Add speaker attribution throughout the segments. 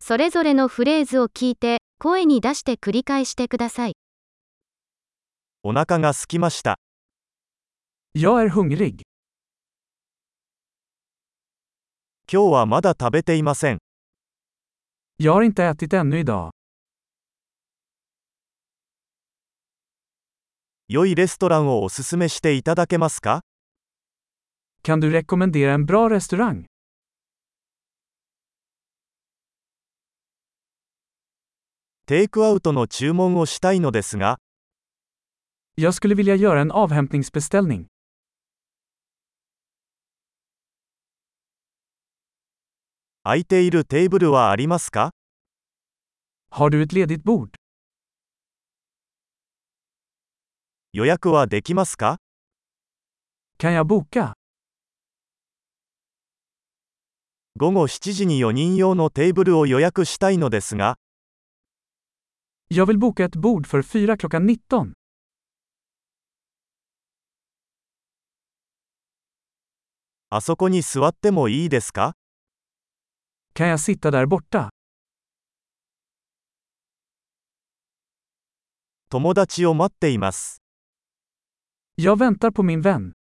Speaker 1: それぞれのフレーズを聞いて、声に出して繰り返してください。
Speaker 2: お腹が空きました。
Speaker 3: Jag är hungrig.
Speaker 2: 今日はまだ食べていません。
Speaker 3: Jag har inte ätit ännu idag.
Speaker 2: 良いレストランをおすすめしていただけますか
Speaker 3: Kan du rekommendera en bra restaurang?
Speaker 2: テイクアウトの注文をしたいのですが、
Speaker 3: Jag skulle vilja göra en avhämtningsbeställning.
Speaker 2: 空いているテーブルはありますか
Speaker 3: Har du ett ledigt bord?
Speaker 2: 予約はできますか
Speaker 3: Kan jag boka?
Speaker 2: 午後7時に4人用のテーブルを予約したいのですが、
Speaker 3: Jag vill boka ett bord för fyra klockan 19.
Speaker 2: あそこに座ってもいいですか
Speaker 3: Kan jag sitta där borta?
Speaker 2: 友達を待っています。
Speaker 3: Jag väntar på min vän.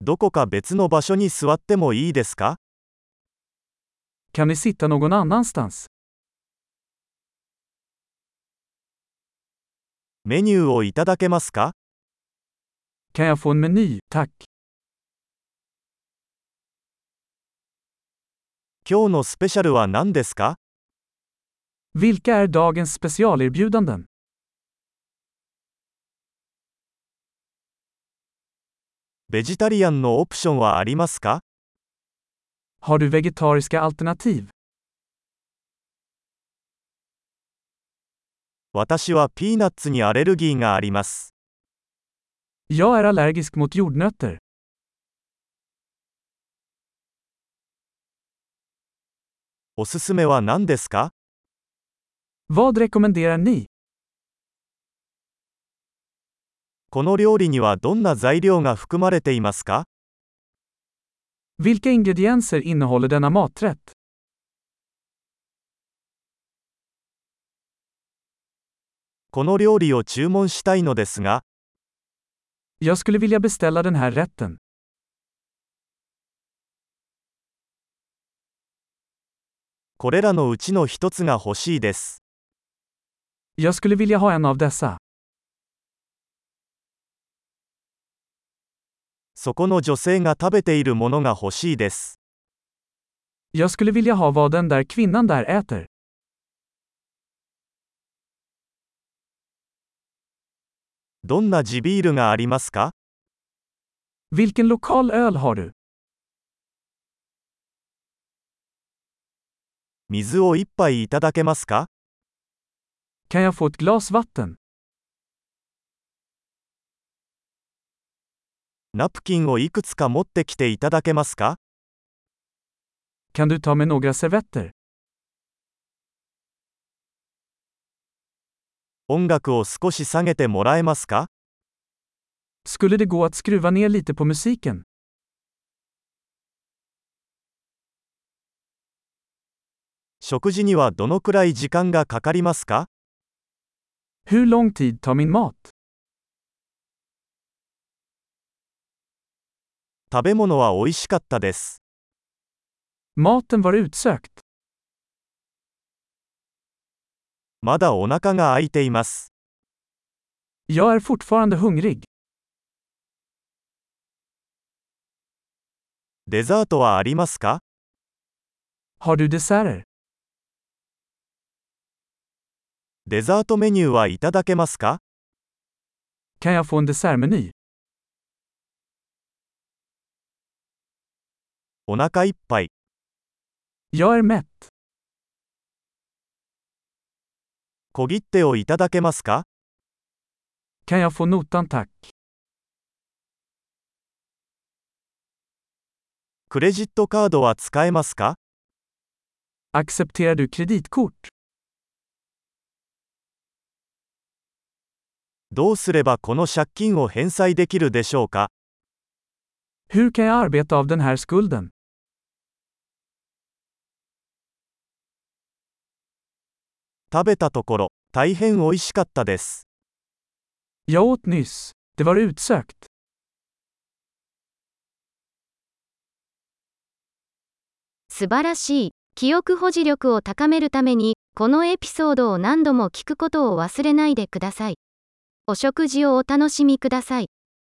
Speaker 2: どこか別の場所に座ってもいいですか
Speaker 3: Kan vi sitta någon annanstans?
Speaker 2: メニューをいただけますか
Speaker 3: Kan jag få en meny, tack?
Speaker 2: 今日のスペシャルは何ですか
Speaker 3: Vilka är dagens specialerbjudanden?
Speaker 2: ベジタリアンのオプションはありますか
Speaker 3: Har du vegetariska alternativ?
Speaker 2: 私はピーナッツにアレルギーがあります。
Speaker 3: Jag är allergisk mot jordnötter.
Speaker 2: おすすめは何ですか
Speaker 3: Vad rekommenderar ni?
Speaker 2: この料理にはどんな材料が含まれていますか
Speaker 3: Vilka ingredienser innehåller denna maträtt?
Speaker 2: この料理を注文したいのですが、
Speaker 3: Jag skulle vilja beställa den här rätten.
Speaker 2: これらのうちの一つが欲しいです。
Speaker 3: Jag skulle vilja ha en av dessa.
Speaker 2: そこの女性が食べているものが欲しいです。
Speaker 3: Jag skulle vilja ha vad den där kvinnan där äter.
Speaker 2: どんな地ビールがありますか
Speaker 3: Vilken lokal öl har du?
Speaker 2: 水を一杯いただけますか
Speaker 3: Kan jag få ett glas vatten?
Speaker 2: ナプキンをいくつか持ってきていただけますか
Speaker 3: Kan du ta med några servetter?
Speaker 2: 音楽を少し下げてもらえますか
Speaker 3: Skulle det gå att skruva ner lite på musiken?
Speaker 2: 食事にはどのくらい時間がかかりますか
Speaker 3: Hur lång tid tar min mat?
Speaker 2: 食べ物は美味しかったです。
Speaker 3: Maten var utsökt.
Speaker 2: まだお腹が空いています。
Speaker 3: Jag är fortfarande hungrig.
Speaker 2: デザートはありますか
Speaker 3: Har du desserter?
Speaker 2: デザートメニューはいただけますか
Speaker 3: Kan jag få en dessertmeny?
Speaker 2: お腹いっぱい。
Speaker 3: Jag är mätt.
Speaker 2: 小切手をいただけますか
Speaker 3: Kan jag få notan tack?
Speaker 2: クレジットカードは使えますか
Speaker 3: Accepterar du kreditkort?
Speaker 2: どうすればこの借金を返済できるでしょうか
Speaker 3: Hur kan jag arbeta av den här skulden?
Speaker 2: 食べたところ、大変美味しかったです。
Speaker 3: Jag åt nyss. Det var utsökt.
Speaker 1: 素晴らしい。記憶保持力を高めるために、このエピソードを何度も聞くことを忘れないでください。お食事をお楽しみください。